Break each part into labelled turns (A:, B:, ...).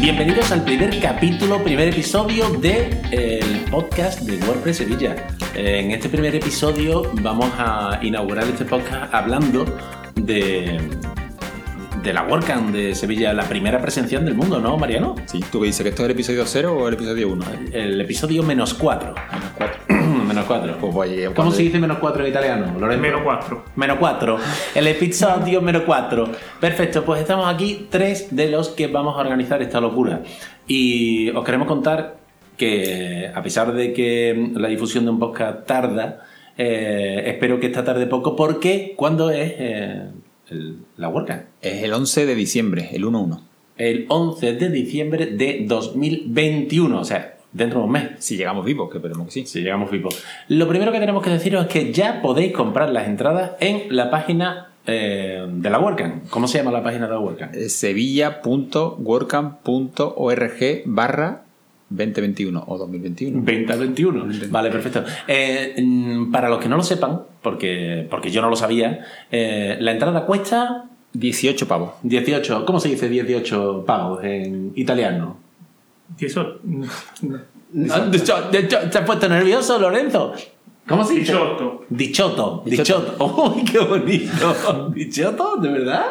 A: Bienvenidos al primer capítulo, primer episodio del de, eh, podcast de WordPress Sevilla. Eh, en este primer episodio vamos a inaugurar este podcast hablando de, de la WordCamp de Sevilla, la primera presencial del mundo, ¿no, Mariano?
B: Sí, ¿tú dices que esto es el episodio 0 o el episodio 1?
A: El, el episodio menos 4.
B: Menos 4.
A: menos 4.
B: Pues vaya,
A: ¿Cómo se dice menos 4 en italiano, Lorenzo?
C: Menos 4.
A: Menos 4. El episodio menos 4. Perfecto, pues estamos aquí tres de los que vamos a organizar esta locura. Y os queremos contar que a pesar de que la difusión de un podcast tarda, eh, espero que esta tarde poco, porque ¿cuándo es eh, el- la WordCamp?
B: Es el 11 de diciembre, el 1-1.
A: El 11 de diciembre de 2021, o sea, dentro de un mes.
B: Si llegamos vivos, que esperemos que sí.
A: Si llegamos vivos. Lo primero que tenemos que deciros es que ya podéis comprar las entradas en la página eh, de la WordCamp. ¿Cómo se llama la página de la WordCamp?
B: Eh, Sevilla.wordcamp.org barra 2021 o 2021.
A: 2021. Vale, perfecto. Eh, mm, para los que no lo sepan, porque, porque yo no lo sabía, eh, la entrada cuesta
B: 18 pavos.
A: 18. ¿Cómo se dice 18 pavos en italiano?
C: Y eso. mm,
A: Ah, dicho- dicho- ¿Te has puesto nervioso, Lorenzo? ¿Cómo se dice?
C: Dichoto.
A: Dichoto. Dichoto. ¡Uy, qué bonito! ¿Dichoto? ¿De verdad?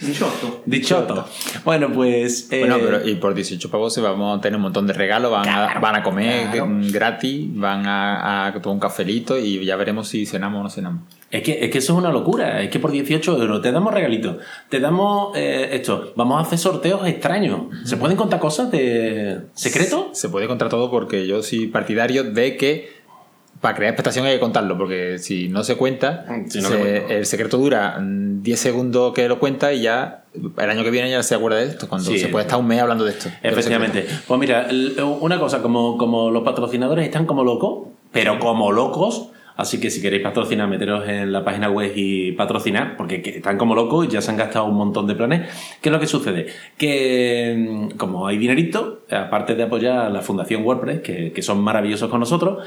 C: Dichoto.
A: Dichoto. Bueno, pues. eh,
B: Bueno, pero y por 18 pavos se vamos a tener un montón de regalos, van, a, van a comer
A: claro.
B: mm, gratis, van a, a tomar un cafelito y ya veremos si cenamos o no cenamos.
A: es, que, es que eso es una locura. Es que por 18 euros te damos regalitos, te damos eh, esto. Vamos a hacer sorteos extraños. ¿Se pueden contar cosas de secreto?
B: Se puede contar todo porque yo soy partidario de que para crear expectación hay que contarlo, porque si no se cuenta,
A: Mm, Si no
B: se-
A: se cuenta.
B: el secreto dura mm, 10 segundos que lo cuenta y ya el año que viene ya se acuerda de esto, cuando
A: Sí.
B: se puede estar un mes hablando de esto. de los
A: Efectivamente. Pues mira, l- una cosa, como, como los patrocinadores están como locos, pero como locos. Así que si queréis patrocinar, meteros en la página web y patrocinar, porque que- están como locos y ya se han gastado un montón de planes. ¿Qué es lo que sucede? Que mm, como hay dinerito, aparte de apoyar a la Fundación WordPress, que, que son maravillosos con nosotros,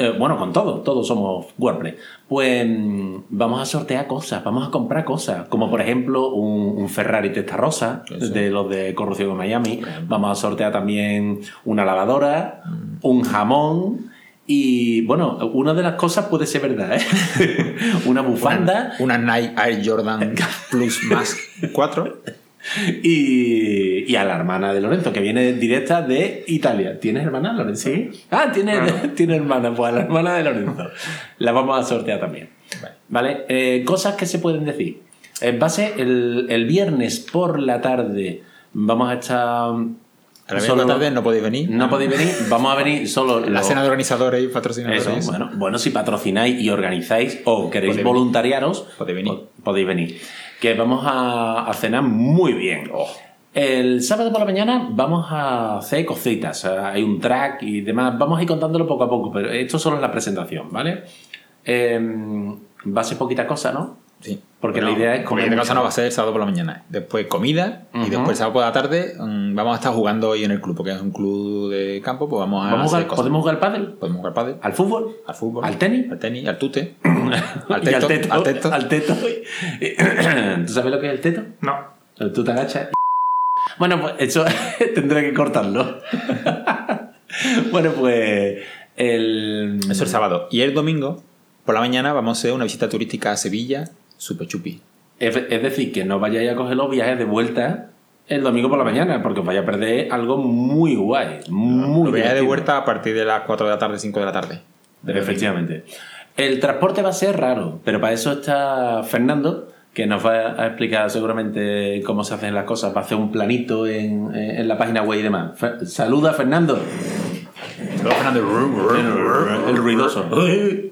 A: eh, bueno, con todo, todos somos WordPress. Pues mm, vamos a sortear cosas, vamos a comprar cosas, como por ejemplo un, un Ferrari Testarossa
B: Eso.
A: de los de Corrupción en Miami. Vamos a sortear también una lavadora,
B: Mm.
A: un jamón y, bueno, una de las cosas puede ser verdad, ¿eh? una bufanda
B: secretos. Una Nike Air Jordan Plus más 4.
A: y, y a la hermana de Lorenzo, que viene directa de Italia. ¿Tienes hermana, Lorenzo?
C: Sí.
A: Ah, tiene,
C: Claro.
A: tiene hermana, pues a la hermana de Lorenzo. La vamos a sortear también.
B: Vale.
A: ¿Vale? Eh, cosas que se pueden decir. En base, el, el viernes por la tarde vamos a estar...
B: A la
A: solo-
B: misma tarde no podéis venir.
A: No podéis venir, vamos a venir solo
B: La
A: los-
B: cena de organizadores y patrocinadores.
A: eso,
B: y eso.
A: bueno, bueno, si patrocináis y organizáis o queréis
B: Podéis venir.
A: voluntariaros,
B: Podéis venir.
A: po- podéis venir. Que vamos a, a cenar muy bien.
B: Oh.
A: El sábado por la mañana vamos a hacer cositas. ah, Hay un track y demás. Vamos a ir contándolo poco a poco, pero esto solo es la presentación, ¿vale? Em, va a ser poquita cosa, ¿no?
B: Sí.
A: Porque la idea es comer
B: Porque la cosa
A: mucho.
B: no va a ser el sábado por la mañana. Después comida y
A: Ujú.
B: después el sábado por la tarde mm, vamos a estar jugando hoy en el club, porque es un club de campo, pues vamos a
A: Vamos a jugar-
B: hacer cosas.
A: ¿Podemos jugar al pádel?
B: Podemos jugar pádel,
A: ¿Al fútbol?
B: al fútbol,
A: ¿Al tenis?
B: al tenis, al tute, al
A: Y
B: teto, al teto.
A: Al teto. ¿Tú sabes lo que es el teto?
C: No.
A: Tú te agachas. y- Bueno, pues eso tendré que cortarlo. bueno, pues el...
B: Eso el sábado. Y el domingo por la mañana vamos a hacer una visita turística a Sevilla, super chupi.
A: es, es decir, que no vayáis a coger los viajes de vuelta el domingo por la mañana, porque os vais a perder algo muy guay. Muy
B: Lo voy a dar de
A: divertido.
B: vuelta a partir de las 4 de la tarde, 5 de la tarde.
A: Efectivamente. El transporte va a ser raro, pero para eso está Fernando, que nos va a explicar seguramente cómo se hacen las cosas. Va a hacer un planito en, en- en la página web y demás. Fe- Saluda, Fernando.
B: Luego Fernando,
A: El ruidoso.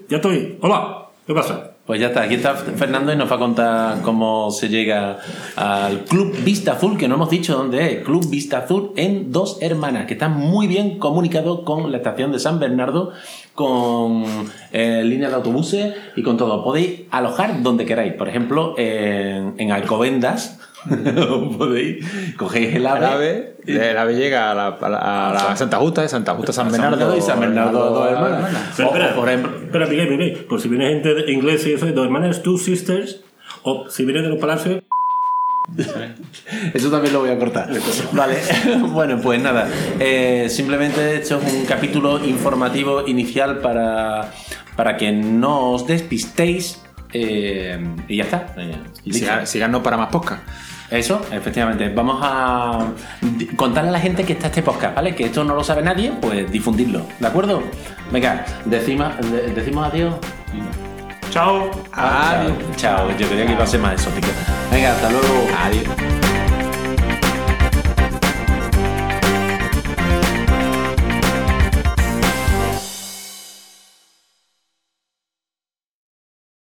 C: ya estoy. Hola. ¿Qué pasa?
A: Pues ya está, aquí está Fernando y nos va a contar cómo se llega al Club Vista Azul, que no hemos dicho dónde es, Club Vista Azul en Dos Hermanas, que está muy bien comunicado con la estación de San Bernardo, con eh, líneas de autobuses y con todo. Podéis alojar donde queráis, por ejemplo, en, en Alcobendas, podéis, cogéis el
B: El
A: ave.
B: ave, el ave llega a la, a la- a la Santa Justa, de Santa Justa a San
A: Ah, San
B: Bernardo
A: Bernardo y San Bernardo a Dos Hermanas.
D: Pero,
A: O-
D: espera,
A: o por ejemplo-
D: espera, Miguel, Miguel. Por si viene gente de inglés y eso, de dos hermanas, two sisters, o si viene de los palacios,
A: Eso también lo voy a cortar. Vale, bueno, pues nada. Eh, simplemente esto es un capítulo informativo inicial para, para que no os despistéis. eh, y ya está. Eh,
B: Y
A: listo.
B: siga- síganos para más podcast.
A: Eso, efectivamente. Vamos a di- contarle a la gente que está este podcast, ¿vale? Que esto no lo sabe nadie, pues difundirlo, ¿de acuerdo? Venga, decima- de- decimos adiós.
C: Chao.
B: Adiós.
A: Chao, yo creía que iba a ser más exótico. Venga, hasta luego.
B: Adiós.